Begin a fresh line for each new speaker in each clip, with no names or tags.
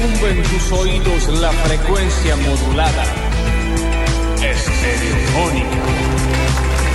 tus oídos la frecuencia modulada. Estereofónica.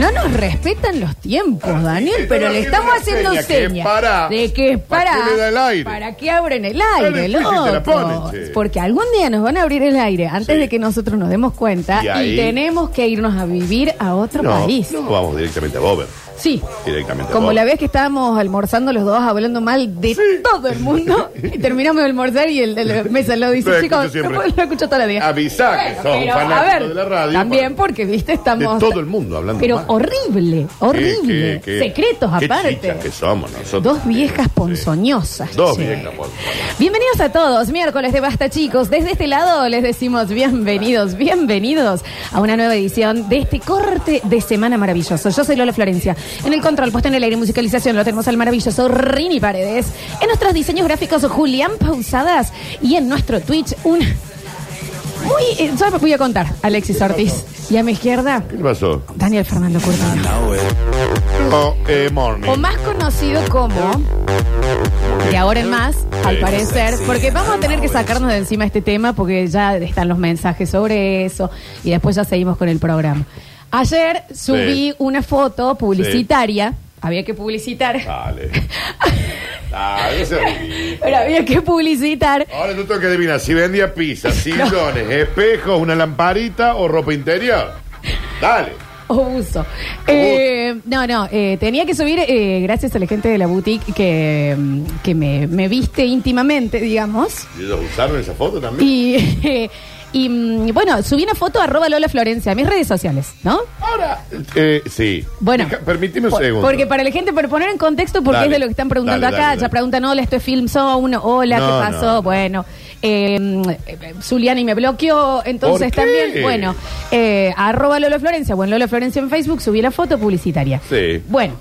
No nos respetan los
Ah,
tiempos, Daniel, pero le estamos haciendo
seña, que es
señas.
para-
de que es
¿para
para.
qué le da el aire?
para que abren el
Tan
aire,
difícil te la
loco.
ponen, che.
Porque algún día nos van a abrir el aire antes
Sí.
de que nosotros nos demos cuenta
Y
y,
ahí-
tenemos que irnos a vivir a otro
No,
país.
no, vamos directamente a Bober.
Sí.
Directamente a
Como
Bober.
la vez que estábamos almorzando los dos, hablando mal de todo el mundo, y terminamos de almorzar y el de la mesa lo dice,
Lo escucho
chicos,
siempre.
lo escucho toda la día.
Avisá que son fanáticos de la radio,
También
para-
porque, viste, estamos...
De todo el mundo hablando
Pero
mal.
horrible, horrible.
Qué- qué- qué-
Secretos
qué
aparte.
chichas que somos nosotros.
Dos viejas
Sí.
ponzoñosas.
Dos
che.
viejas ponzoñosas.
Bienvenidos a todos, miércoles de Basta chicos. Desde este lado les decimos bienvenidos, bienvenidos a una nueva edición de este corte de semana maravilloso. Yo soy Lola Florencia. En el control, puesto en el aire y musicalización lo tenemos al maravilloso Rini Paredes. En nuestros diseños gráficos Julián Pausadas y en nuestro Twitch un... Muy... eh, ya me voy a contar, Alexis Ortiz. Y a mi izquierda,
¿Qué le pasó?
Daniel Fernando Curtino.
No, eh, morning.
O más conocido como... Y ahora en más, al
Sí.
parecer, porque vamos a tener que sacarnos de encima este tema porque ya están los mensajes sobre eso y después ya seguimos con el programa. Ayer subí
Sí.
una foto publicitaria, había que publicitar,
Dale. Ah. Dale, se ríe.
pero había que publicitar.
Ahora tú tengo que adivinar si vendía pizza, sillones, espejos, una lamparita o ropa interior. Dale.
O uso. Eh, no, no, eh, tenía que subir, eh, gracias a la gente de la boutique que, mm, que me, me viste íntimamente, digamos.
¿Y ellos usaron esa foto también?
Y, y mm, bueno, subí una foto arroba Lola Florencia a mis redes sociales, ¿no?
Ahora, eh, sí.
Bueno,
Deja- Permitime un
por-
segundo.
Porque para la gente, para poner en contexto, porque
Dale,
es de lo que están preguntando
dale,
acá,
dale,
ya
dale.
preguntan, hola, esto es Film Zone, hola,
No,
¿qué pasó?
no.
Bueno, eh, eh, Zuliani me bloqueó, entonces
¿Por qué?
también, bueno, eh, arroba Lolo Florencia, bueno, Lolo Florencia en Facebook, subí la foto publicitaria.
Sí.
Bueno.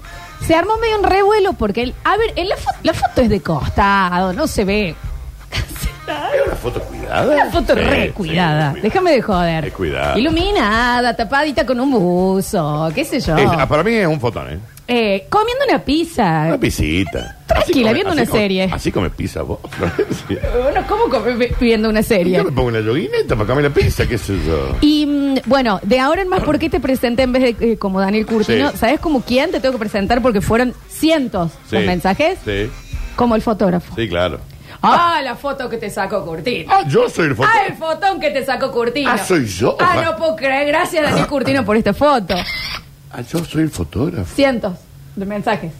Se armó medio un revuelo porque, el, a ver, en la, fo- la foto es de costado, no se ve.
¿Es una foto cuidada?
Una foto
Sí,
re
sí,
cuidada.
cuidada.
Déjame de joder.
Es cuidada.
Iluminada, tapadita con un buzo, qué sé yo.
Es- ah, para mí es un fotón, ¿eh?
Eh, comiendo una pizza.
Una pisita.
Tranquila,
Así come-
viendo
así
una
come-
serie.
Así come pizza vos, Florencia.
Bueno, Eh, ¿cómo come vi- viendo una serie?
Yo me pongo una yoguineta para comer la pizza, qué sé yo.
Y mm, bueno, de ahora en más, ¿por qué te presenté en vez de eh, como Daniel Curtino?
Sí.
¿Sabes como quién te tengo que presentar? Porque fueron cientos los
Sí,
mensajes.
Sí,
Como el fotógrafo.
sí, claro.
Ah, la foto que te sacó Curtino.
Ah, yo soy el fotógrafo.
Ah, el fotón que te sacó Curtino.
Ah, soy yo.
Ah, no puedo creer. Gracias, Daniel Curtino, por esta foto.
Ah, yo soy el fotógrafo.
Cientos de mensajes.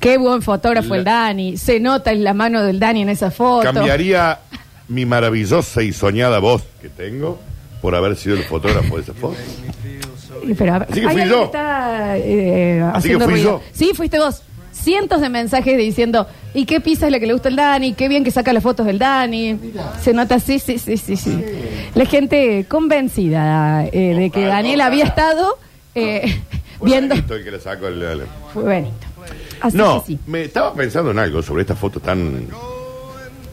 Qué buen fotógrafo el
La-
Dani. Se nota en la mano del Dani en esa foto.
Cambiaría mi maravillosa y soñada voz que tengo por haber sido el fotógrafo de esa foto.
Y, Pero,
Así que
hay
fui
alguien
yo.
que Está, eh,
Así
haciendo
que fui
ruido.
yo.
Sí, fuiste vos. Cientos de mensajes diciendo, ¿y qué pizza es la que le gusta el Dani? Qué bien que saca las fotos del Dani. Se nota, sí, sí, sí, sí, sí. La gente convencida eh, de que
Ojalá,
Daniel
ojalá.
había estado eh,
Fue
viendo...
Benito el que le sacó el- el-
Fue Benito. Así
No,
que sí.
me estaba pensando en algo sobre esta foto tan.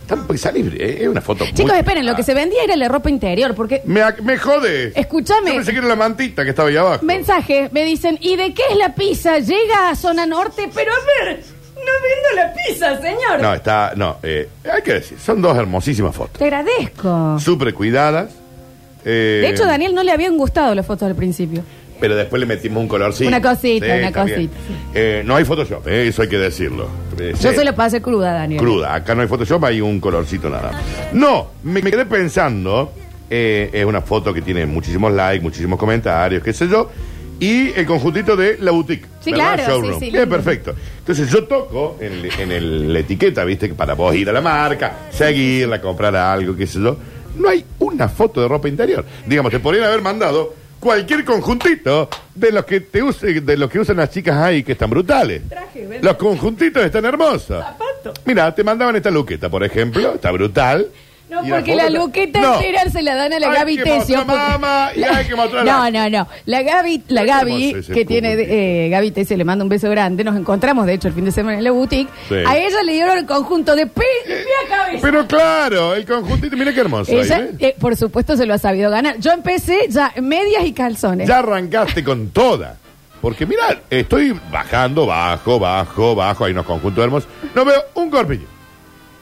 tan paisalibre. eh, Es una foto.
Chicos,
muy-
esperen, lo que se vendía era la ropa interior, porque
Me, ac- me jode.
Escúchame.
Yo pensé que era la mantita que estaba ahí abajo.
Mensaje, me dicen, ¿y de qué es la pizza? Llega a zona norte, pero a ver, no vendo la pizza, señor.
No, está. No, eh, hay que decir, son dos hermosísimas fotos.
Te agradezco.
Súper cuidadas. eh,
De hecho, Daniel no le habían gustado las fotos al principio.
Pero después le metimos un colorcito.
Una cosita, una
está bien.
cosita, sí.
Eh, no hay Photoshop, eh, eso hay que decirlo. Eh,
Yo
sí,
se la pasé cruda, Daniel.
Cruda, acá no hay Photoshop, hay un colorcito nada. más. No, me, me quedé pensando. eh, es una foto que tiene muchísimos likes, muchísimos comentarios, qué sé yo. Y el conjuntito de la boutique.
Sí,
¿verdad?
claro,
Showroom.
sí, sí,
Bien,
lindo.
perfecto. Entonces yo toco en, el- en el- la etiqueta, viste, que para vos ir a la marca, seguirla, comprar algo, qué sé yo. No hay una foto de ropa interior. Digamos, te podrían haber mandado cualquier conjuntito de los que te use- de los que usan las chicas ahí que están brutales.
Traje, ven.
los conjuntitos están hermosos. Mira, te mandaban esta luqueta, por ejemplo, está brutal.
No,
Y
porque
foto
la
te-
luqueta
No.
entera se la dan a la
Hay
Gaby
que
Tesio.
mostrar
porque-
mama y hay que mostrar
No,
la-
no, no. La Gaby, la
Tenemos
Gaby
ese
que tiene
conjuntito.
eh, Gaby Tesio, le manda un beso grande. Nos encontramos, de hecho, el fin de semana en la boutique.
Sí.
A ella le dieron el conjunto de pi y a cabeza.
Pero claro, el conjuntito, mira qué hermoso. ahí,
Ella,
¿ves?
eh, por supuesto, se lo ha sabido ganar. Yo empecé ya en medias y calzones.
Ya arrancaste con toda. Porque mirá, estoy bajando, bajo, bajo, bajo, hay unos conjuntos hermosos. No veo un corpillo.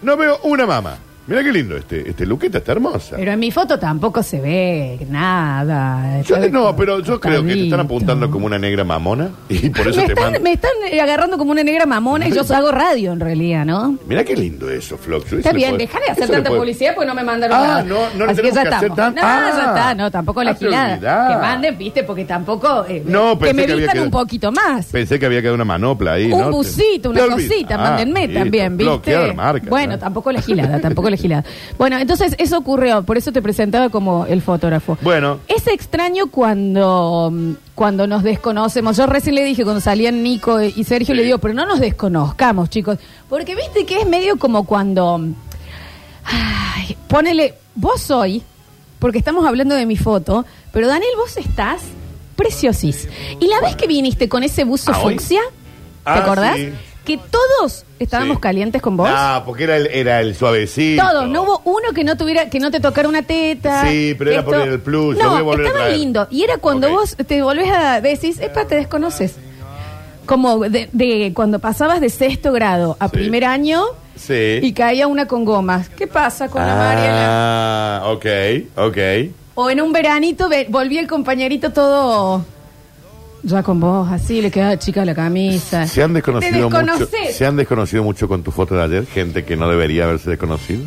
No veo una mama. Mirá qué lindo este, este Luqueta, está hermosa.
Pero en mi foto tampoco se ve nada.
Yo-
Se ve
no,
como
pero yo creo que te están
tapadito.
apuntando como una negra mamona y por eso
me,
te
están,
mandan.
me están, eh, agarrando como una negra mamona y yo hago radio en realidad, ¿no?
Mirá qué lindo eso, Flox. Eso
Está
le
bien,
puede-
dejar de hacer
eso le
tanta
puede-
publicidad porque no me mandaron
Ah,
nada.
no, no le
Así que
tenemos
ya
que hacer
estamos.
tan-
no,
Ah.
ya está, no, tampoco la
Ah, te
gilada.
olvidás.
Que manden, viste, porque tampoco. eh,
No,
que
pensé
me
que había
vistan un
quedado-
poquito más.
Pensé que había quedado una manopla ahí,
un
¿no? Te-
busito,
te
una
olvidas.
cosita,
Ah,
mándenme
listo,
también,
bloqueada
¿viste?
la marca,
bueno,
¿no?
tampoco la gilada, tampoco la gilada. Bueno, entonces eso ocurrió, por eso te presentaba como el fotógrafo.
Bueno.
Es extraño cuando, mm, cuando nos desconocemos. Yo recién le dije cuando salían Nico y Sergio,
Sí.
le digo, pero no nos desconozcamos, chicos. Porque viste que es medio como cuando. mm, ay, ponele, vos hoy, porque estamos hablando de mi foto, pero Daniel, vos estás preciosis. Y la vez que viniste con ese buzo
¿Ah, hoy?
fucsia. ¿Te
Ah,
acordás?
sí.
Que todos estábamos
Sí.
calientes con vos.
Ah, porque era el, era el suavecito.
Todos, no hubo uno que no tuviera, que no te tocara una teta.
Sí, pero era porque era el plus, lo voy a
No,
volver a
estaba
traer.
lindo. Y era cuando
Ok.
vos te volvés a decís, epa, te desconoces. Como de, de cuando pasabas de sexto grado a
Sí.
primer año
Sí.
y caía una con gomas. ¿Qué pasa con la Mariela?
Ah, ok, ok.
O en un veranito ve- volvía el compañerito todo ya con vos, así, le quedaba chica la camisa.
¿Se han
Te
desconocido mucho?
desconocés.
¿Se han desconocido mucho con tu foto de ayer? Gente que no debería haberse desconocido.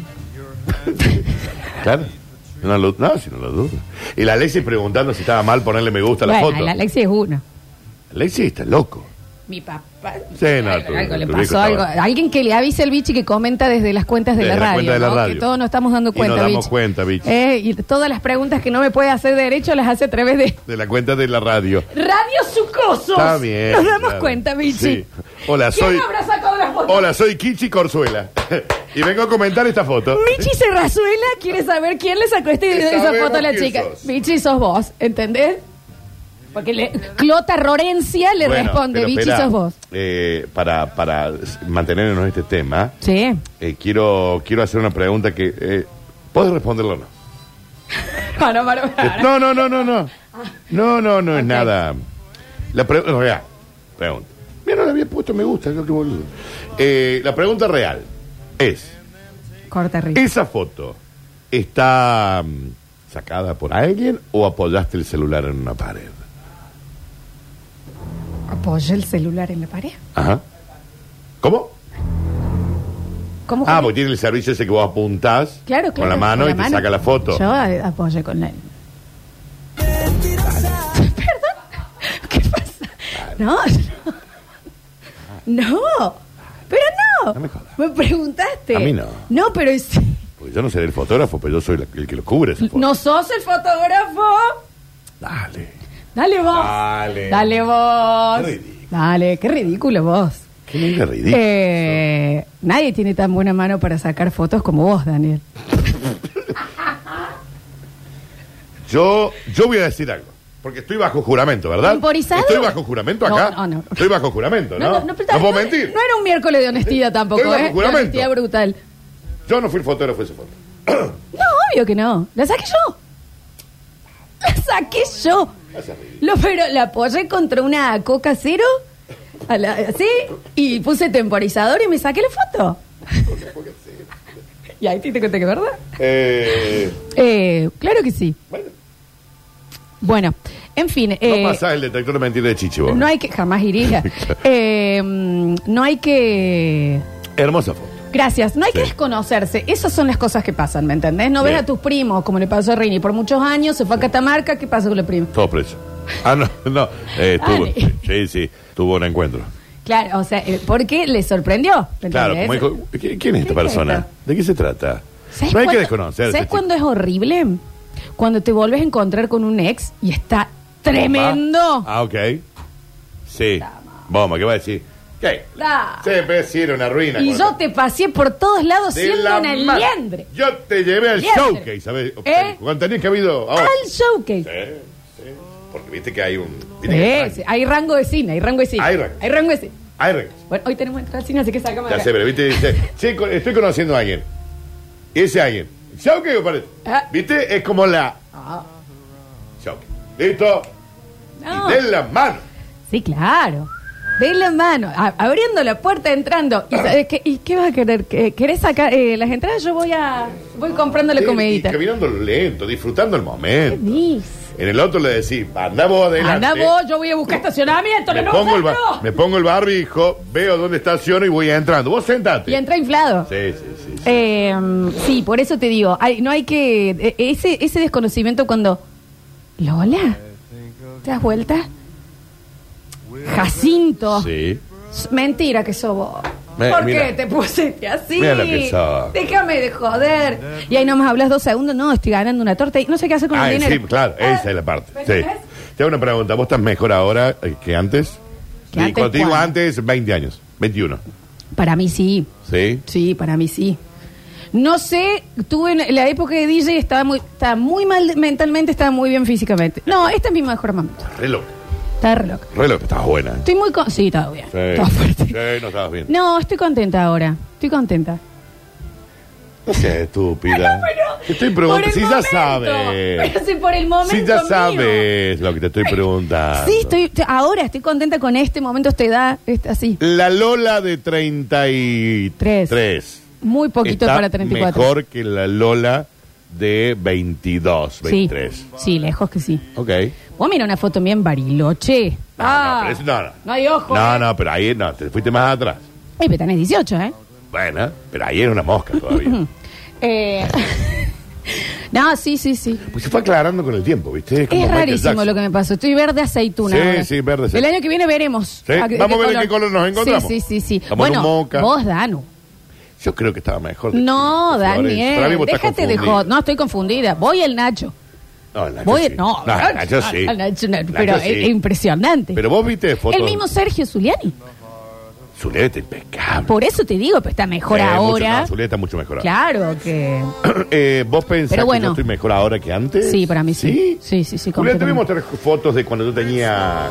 claro. No, lo, no, si no lo dudo. Y la Alexis preguntando si estaba mal ponerle me gusta a la
bueno,
foto.
el Alexis es uno.
Alexis está loco.
Mi papá.
Sí, no,
algo,
tu-
algo
tu
le
viejo
pasó
estaba-
algo. Alguien que le avise al bichi que comenta desde las cuentas de,
Desde
la,
la
radio,
cuenta de la
¿no?
radio.
Que todos nos estamos dando
Y
cuenta,
nos damos
Bichi.
cuenta, Bichi.
Eh, y todas las preguntas que no me puede hacer derecho las hace a través de
De la cuenta de la radio.
Radio Sucosos.
Está bien.
Nos damos
claro.
cuenta, Bichi.
Sí. Hola,
¿Quién
soy.
habrá sacado las fotos?
Hola, soy Kichi Corzuela. y vengo a comentar esta foto.
Bichi Serrazuela quiere saber quién le sacó este-
Que
esa
sabemos
foto a la
quién
chica.
sos.
Bichi, sos vos, ¿entendés? Porque le- Clota Rorencia le
Bueno,
responde,
pero
Bichi,
espera,
sos vos.
eh, para, para mantenernos en este tema,
Sí.
eh, quiero, quiero hacer una pregunta que. Eh, ¿Puedes responderlo o no?
No, no, Bárbara.
Eh, No, no, no, no, no. No, no, no
Ah.
es
Ok.
nada. La pre- real. Pregunta. Mira, no le había puesto me gusta, creo que boludo. Eh, la pregunta real es:
Corta, Ricky.
¿esa foto está mm, sacada por alguien o apoyaste el celular en una pared?
Apoya el celular en la pared.
Ajá. ¿Cómo?
¿Cómo
Ah,
cómo?
porque tiene el servicio ese que vos apuntás
Claro, claro.
con la mano y te saca la foto.
Yo eh, apoyo con la. Perdón. ¿Qué pasa? No. No. Pero no.
No me jodas.
preguntaste.
A mí no.
No, pero es-
Porque yo no seré el fotógrafo, pero yo soy la- el que lo cubre esa foto.
no sos el fotógrafo.
Dale.
Dale vos.
Dale.
Dale vos.
Qué ridículo.
Dale, qué ridículo vos.
Qué lindo ridículo.
Eh, nadie tiene tan buena mano para sacar fotos como vos, Daniel.
Yo, yo voy a decir algo. Porque estoy bajo juramento, ¿verdad?
¿Temporizado?
Estoy bajo juramento acá.
No, no, no.
Estoy bajo juramento, ¿no?
pero no-
puedo mentir.
no era un miércoles de honestidad tampoco,
Estoy bajo
¿eh?
juramento.
De honestidad brutal.
Yo no fui el fotógrafo de esa foto.
No, obvio que no. La saqué yo. La saqué yo. Lo, pero la apoyé contra una coca cero, a la- así, y puse temporizador y me saqué la foto. y ahí te conté que es verdad.
Eh,
Eh, claro que sí.
bueno,
Bueno, en fin. eh,
no pasás el detector de mentiras de Chichibo.
no hay que. Jamás iría. Eh, mm, no hay que.
Hermosa foto.
Gracias, no hay que
Sí.
desconocerse, esas son las cosas que pasan, ¿me entendés? No ves
Bien.
a tus primos, como le pasó a Rini, por muchos años se fue a Catamarca, ¿qué pasa con los primos?
Todo preso. Ah, no, no. Eh, tuvo-
Dale.
sí, sí. Tuvo un encuentro.
Claro, o sea, eh, porque le sorprendió. ¿me
Claro, como
entendés?
dijo, ¿qui- ¿quién es esta
¿Quién es
persona?
esta?
¿De qué se trata?
¿Sabes
No hay que
cuándo-
desconocer.
¿Sabes cuándo es horrible? Cuando te vuelves a encontrar con un ex y está tremendo.
Ah, ok. Sí. Vamos, ¿qué va a decir? ¿Qué?
Da.
Se puede decir una ruina.
Y
cuando
yo te pasé por todos lados
De
siendo
la
una
mano.
liendre.
Yo te llevé al
Liendre.
showcase, ¿sabes?
¿Eh?
Cuando tenías que habido ahora.
Al showcase.
Sí, sí. Porque viste que hay un. tiene que
Eh,
haber-
sí, hay rango de cine, hay rango de cine.
Hay rango.
Hay rango de cine.
Hay reglas.
Bueno, hoy tenemos entrada al cine, así que sacamos
Ya
acá.
sé, pero viste, dice, "Che, co- estoy conociendo a alguien. Y ese alguien. Showcase, parece.
Ah.
¿Viste? Es como la.
Ah.
Showcase. ¿Listo?
No.
Y de la mano.
Sí, claro. De la mano, a- abriendo la puerta, entrando. ¿Y, sabes qué, ¿Y qué vas a querer? ¿Qué- ¿Querés sacar eh, las entradas? Yo voy a voy comprando la
Sí,
comidita.
Y caminando lento, disfrutando el
¿Qué
momento.
dices?
En el otro le decís, anda vos adelante.
Anda vos, yo voy a buscar estacionamiento.
me,
no,
pongo el ba-
no.
me pongo el barbijo, veo dónde estaciono y voy entrando. Vos sentate.
Y entra inflado.
Sí, sí, sí. sí.
Eh, sí, por eso te digo, hay- no hay que... eh, Ese, ese desconocimiento cuando... Lola, ¿te das vuelta? Jacinto.
Sí.
S- Mentira que sos vos.
Me-
¿Por
mira.
qué te pusiste así?
Mira lo que sos.
Déjame de joder. Y ahí nomás hablas dos segundos. No, estoy ganando una torta y no sé qué hacer con
Ah,
el
sí,
dinero.
claro,
Ah,
esa es la parte.
¿me
Sí.
entendés?
Te hago una pregunta. ¿Vos estás mejor ahora eh, que antes?
¿Que
Y
antes
contigo
cuándo?
antes, 20 años, 21.
Para mí sí.
¿Sí?
Sí, para mí sí. No sé, tuve en la época de DJ estaba muy, estaba muy mal mentalmente, estaba muy bien físicamente. No, este es mi mejor momento.
Re loco,
Está re loca.
re loco. Estás buena.
Estoy muy con... Sí, todo bien.
Sí.
Todo fuerte.
Sí, no estabas bien.
No, estoy contenta ahora. Estoy contenta.
No seas estúpida. Te estoy preguntando,
Por el
si ya
momento.
sabes.
Pero si por el momento
Si ya
mío.
sabes lo que te estoy preguntando.
Sí, estoy, te- ahora estoy contenta con este momento, esta edad, esta- así.
La Lola de 33.
Muy poquito
Está
para 34.
Mejor que la Lola de 22, 23.
Sí, sí, lejos que sí.
Ok.
Vos mira una foto mía en Bariloche.
No, no, pero eso- no, no.
Ah. No hay ojo.
No,
eh.
no, pero ahí no, te fuiste más atrás.
Ey, pero tenés 18, ¿eh?
Bueno, pero ahí era una mosca todavía.
Eh, no, sí, sí, sí.
pues se fue aclarando con el tiempo, ¿viste? como
Es
Michael
rarísimo
Jackson.
lo que me pasó. Estoy verde aceituna.
Sí,
ahora.
sí, verde aceituna.
El año que viene veremos.
Sí,
qué-
vamos a ver en qué color nos encontramos.
Sí, sí, sí. sí.
Estamos en
Bueno,
un moca.
vos, Danu.
Yo creo que estaba mejor. de
No,
Chile, de Florencia. Para mí
Daniel.
vos estás
Déjate de
confundida.
joder. No, estoy confundida. Voy el Nacho.
No, el Nacho
Voy,
sí.
no,
no, el Nacho
no,
sí.
no, Nacho, no,
Nacho
pero
sí.
es, es impresionante.
Pero vos viste fotos.
el mismo Sergio Zuliani.
Zuleta impecable.
Por eso te digo, pero está mejor
Sí, mucho-
ahora.
no, Zuleta está mucho mejor ahora.
claro que.
Eh, ¿Vos pensás
Pero bueno.
que yo estoy mejor ahora que antes?
Sí, para mí sí. Sí, sí, sí,
Julián, te voy a
completamente.
mostrar fotos de cuando yo tenía...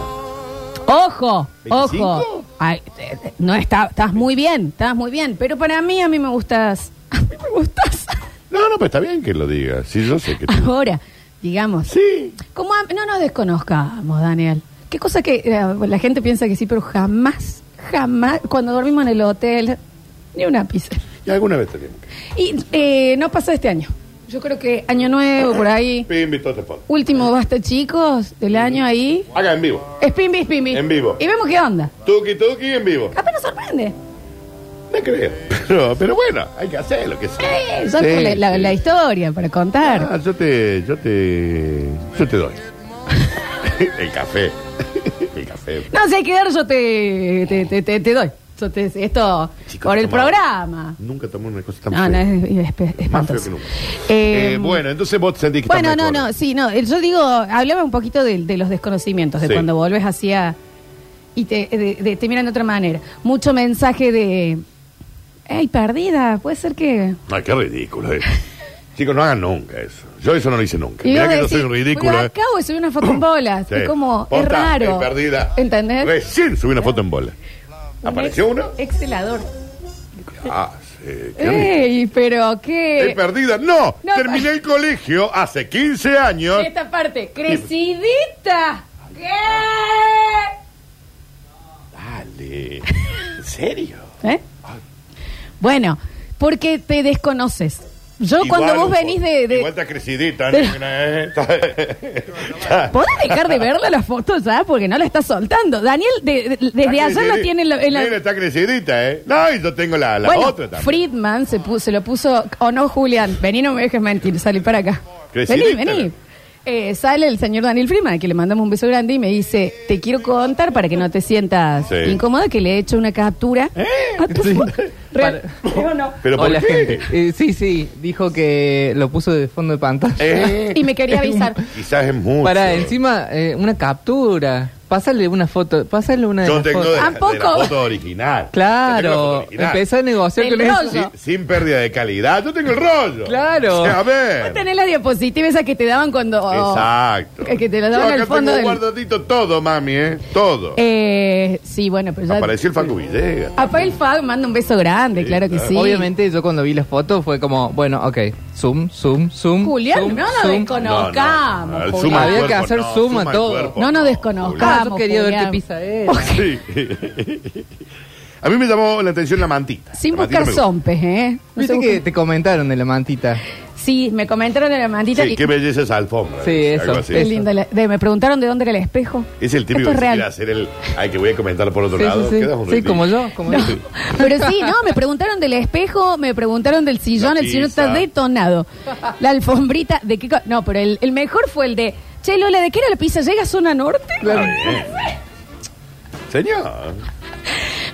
Ojo, ojo.
¿veinticinco?
Ay, eh, eh, no está, estás muy bien, estás muy bien. Pero para mí, a mí me gustas. A mí me gustas.
No, no, pero está bien que lo digas. Sí, yo sé que...
Ahora, digamos.
Sí.
Como a- no nos desconozcamos, Daniel. Qué cosa que eh, la gente piensa que sí, pero jamás, jamás, cuando dormimos en el hotel, ni una pizza.
Y alguna vez tenemos que...
Y eh, no pasa este año. Yo creo que año nuevo, por ahí.
Pim, vi todas estas fotos.
Último basta, chicos, del año ahí.
Acá en vivo.
Es pimbi, es pimbi.
En vivo.
Y vemos qué onda.
Tuki, tuki, en vivo.
Capaz nos sorprende.
No creo. Pero, pero bueno, hay que hacerlo, que sea.
Eh, ya
Sí,
con la, la-
sí.
la historia para contar.
Ah, yo te, yo te, yo te doy. el café. el café.
No, si hay que dar, yo te, te, te, te- te doy. Yo te- esto
Chicos,
por el
tomá.
programa.
Nunca tomé una cosa tan
No, no,
fea.
es, es- es- es
Más feo
espantoso.
que nunca.
Eh,
Eh, bueno, entonces vos sentís que
Bueno,
estás
no,
mejor.
no, sí, no. eh, Yo digo, hablaba un poquito de, de los desconocimientos, de
Sí.
cuando volves hacia. y te, de- de- te miran de otra manera. Mucho mensaje de. ¡Ey, perdida! Puede ser que.
Ay, qué ridículo eh. Chicos, no hagan nunca eso. Yo eso no lo hice nunca.
Y
Mirá
vos
que
decís,
yo soy un ridículo,
"Pero
eh.
Acabo de subir una foto en bolas.
Sí.
Es como. es
Posta,
raro.
eh, perdida.
¿Entendés? Eh.
Recién subí una foto en bola.
Un
¿Apareció
ex-
uno?
Excelador. Eh.
Ah, sí. qué rico.
¡Ey, pero qué!
Eh, perdida. No,
Eh. No,
terminé
pa-
el colegio hace 15 años.
Esta parte, crecidita. ¿Qué?
Dale. ¿En serio?
¿Eh? Bueno, porque te desconoces. Yo
Igual
cuando vos
un
venís
po-
de... de-
Igual está crecidita,
Pero-
nena, ¿eh? Está-
¿Podés dejar de verla la foto ya? Porque no la estás soltando. Daniel, de- de- desde
está
ayer la
creci-
tiene en la... en la-
Nena, está crecidita, ¿eh? No, y yo tengo la, la
bueno,
otra también.
Friedman se, puso, se lo puso... ¿O no, Julián? Vení, no me dejes mentir. Salí para acá. Vení,
Crecidita.
vení. Eh, sale el señor Daniel Friedman, que le mandamos un beso grande, y me dice, te quiero contar para que no te sientas
Sí. ¿Eh?
incómoda, que le he hecho una captura a tu
Sí.
foto. Real-
Para-
¿Sí o no?
Pero ¿por
Hola,
qué?
gente. Eh, sí, sí, dijo que lo puso de fondo de pantalla.
Eh,
Y me quería avisar.
Quizás es mucho.
Para encima, eh, una captura. Pásale una foto. Pásale una de
Yo
las
tengo de,
fotos. Ah,
de la
Tampoco.
foto original. Yo tengo la foto
Claro,
original.
empezá a negociar
El
con eso.
rollo.
Sí, sin pérdida de calidad. Yo tengo el rollo.
Claro.
O sea, a
Vos
ver.
tenés la diapositiva esa que te daban cuando.
Exacto.
Que, que te la
Yo
daban
acá
al fondo
tengo
del.
guardadito todo, mami, ¿eh? Todo.
Eh, sí, bueno, pero ya.
Apareció el Facu Villegas.
A Pael Fag manda un beso grande, claro que sí.
Obviamente yo cuando vi las fotos fue como, bueno, ok, Zoom, zoom, zoom.
Julián,
zoom,
no nos
zoom.
desconozcamos.
No, no, no, el
Julián.
suma al
Había que
cuerpo,
hacer
no,
suma
suma al
todo.
cuerpo,
No nos
Oh, no,
desconozcamos.
Ah, yo quería ver
Julián.
qué pizza era.
Sí. A mí me llamó la atención la mantita.
Sin
La mantita
buscar
me gusta.
zompes, ¿eh? No se
Viste
busca-
que te comentaron de la mantita.
Sí, me comentaron de la mantita.
Sí,
y-
qué belleza esa alfombra.
Sí,
dice,
eso,
algo así.
Qué
eso.
lindo. la- de- me preguntaron de dónde era el espejo.
Es el típico
Esto es
que se
real.
quiere hacer el. Ay, que voy a comentar por otro
Sí, sí,
lado.
sí.
Quedas un
Sí,
ridículo.
como yo, como yo.
Sí.
Pero sí, no, me preguntaron del espejo, me preguntaron del sillón,
La
el sillón está
pizza.
detonado. La alfombrita, de qué co- No, pero el, el mejor fue el de, che Lola, ¿de qué era la pizza? ¿Llega a zona norte?
Está bien. Señor.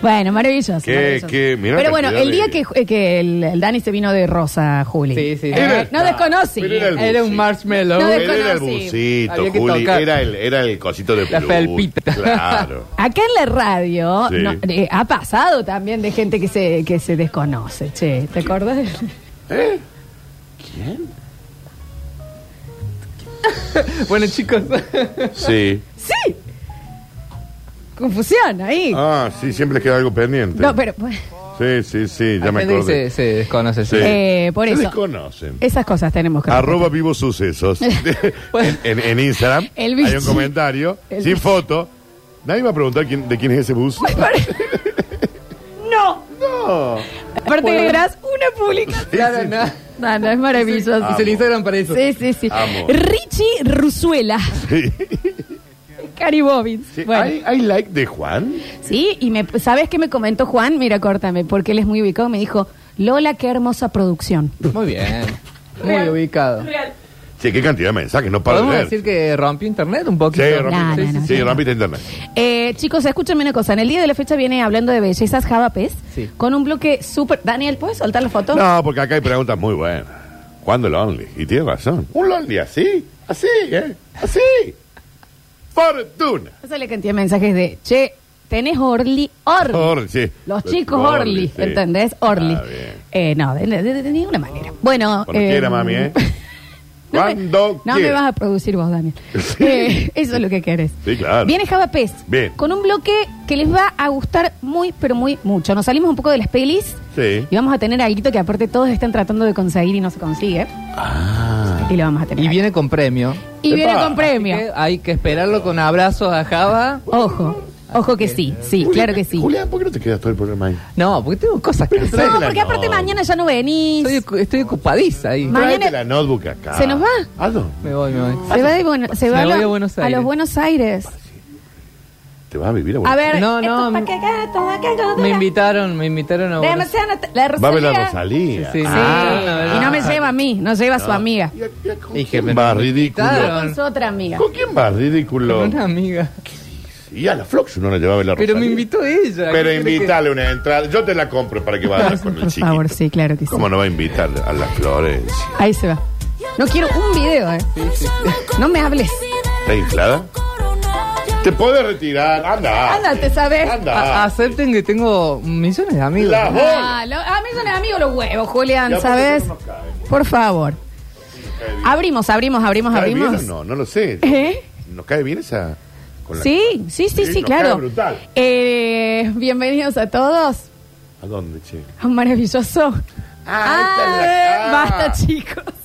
Bueno, maravilloso.
Qué-
maravilloso.
qué- mirá
pero
la
bueno,
cantidad
el día
de-
que, eh, que el, el Dani se vino de rosa, Juli.
Sí, sí.
Eh,
Era-
no desconocí.
Pero era el
Era un
bucito.
marshmallow.
No, de-
Pero era el
Desconocí.
bucito,
Había que
Juli.
tocar.
Era el, era el cosito de
La
peluche.
felpita.
Claro.
Acá en la radio
Sí.
no, eh, ha pasado también de gente que se, que se desconoce, che. ¿Te acordás?
¿Eh? ¿Quién?
Bueno, chicos.
Sí.
Sí. Confusión ahí.
Ah, sí, siempre les queda algo pendiente.
no, pero...
Sí, sí, sí, ya me
Hay gente que
acordé.
Se, se desconoce, sí.
Sí.
Eh, por
Se
eso. Eh,
desconocen.
Esas cosas tenemos que
Arroba Vivo Sucesos. en, en- en Instagram
El
hay un
bichi.
comentario
El
sin
bichi.
foto. Nadie va a preguntar quién- de quién es ese bus.
No.
No.
Aparte verás una publicación.
Claro, no.
No, no, es maravilloso.
Amo.
Se le hicieron para eso.
Sí, sí, sí.
Ah, Amo.
Richie Ruzuela.
Sí.
Cari Bobbins.
Sí,
Bueno,
¿Hay, hay like de Juan?
sí, y me, ¿sabes qué me comentó Juan? Mira, córtame, porque él es muy ubicado. Me dijo, Lola, qué hermosa producción.
Muy bien. Muy
Real.
ubicado.
Sí, qué cantidad de mensajes, no paro de
Podemos
leer.
decir que rompió internet un poquito.
Sí,
No,
rompiste,
no, no,
sí,
no.
rompiste internet.
Eh, chicos, escúchame una cosa. En el día de la fecha viene hablando de bellezas Javapes
Sí.
con un bloque súper... Daniel, ¿puedes soltar la foto?
No, porque acá hay preguntas muy buenas. ¿Cuándo el Only? Y tiene razón. Un Lonely así, así, ¿eh? Así. Fortuna.
Esa es la cantidad de mensajes de, che, tenés Orly, Orly.
Orly, sí.
Los chicos Orly,
sí.
¿entendés? Orly.
Está bien.
Eh, no, de, de- de- de ninguna manera. Bueno.
Cuando
eh,
quiera, mami, ¿eh?
no me-
Cuando
No me
quiera.
vas a producir vos, Daniel.
Sí.
Eh, eso es lo que querés.
Sí, claro.
Viene Java Pez.
Bien.
Con un bloque que les va a gustar muy, pero muy mucho. Nos salimos un poco de las pelis.
Sí.
Y vamos a tener algo que aparte todos están tratando de conseguir y no se consigue. Ah. Y lo vamos a tener.
Y
ahí.
viene con premio.
Y viene
Epa.
con premio.
Así que hay que esperarlo con abrazos a Java.
Ojo. Ojo que sí, sí,
Julián,
claro que sí.
Julián, ¿por qué no te quedas todo el programa ahí?
No, porque tengo cosas que hacer.
No,
Tráela,
porque aparte
no.
mañana ya no venís.
Estoy, ocu- estoy ocupadiza ahí.
Ma- Mañana-
Tráete la notebook acá.
¿Se nos va?
¿A dónde?
Me voy, me voy.
Se va, de Buenos- se va
Me
a,
voy
los-
a Buenos
a los
Aires.
Buenos Aires.
¿Te vas a vivir a
A
Buenos
ver,
No,
esto
no,
es pa'
me-
que gato, acá, acá,
Me
acá.
invitaron, me invitaron a Buenos
Demasiado- la
Va a ver
Rosalía.
la Rosalía.
Sí, sí.
Sí,
Ah,
y no me lleva a mí, no lleva a su amiga.
¿Y a- y a- ¿Con
Dije,
quién
pero
va
me
ridículo?
invitaron.
Con su otra amiga.
¿Con quién va ridículo?
Con una amiga.
Y a la Flox no la llevaba la
Pero
Rosalía.
me invitó ella.
Pero
¿Qué crees que-
invítale una entrada. Yo te la compro para que vayas con el
Por
chiquito.
favor, sí, claro que sí.
¿Cómo no va a invitar a la Florencia?
Ahí se va. No quiero un video, eh. No me hables.
¿Está inflada? Te puedes retirar. Anda.
Ándate, ¿sabes?
A-
Anda.
acepten que tengo millones de amigos.
La voz.
Ah, lo- a mí son amigos los huevos, Julián,
Ya, porque
¿sabes?
no nos cae.
Por favor. Abrimos, abrimos, abrimos,
¿Cae bien o
abrimos.
no? No lo sé.
¿Eh?
¿Nos cae bien esa? con la-
Sí, sí, sí,
Sí,
sí,
nos
claro.
cae brutal.
Eh, bienvenidos a todos.
¿A dónde, che?
a Un maravilloso.
Ah, esta es la-
Ah,
ah.
basta, chicos.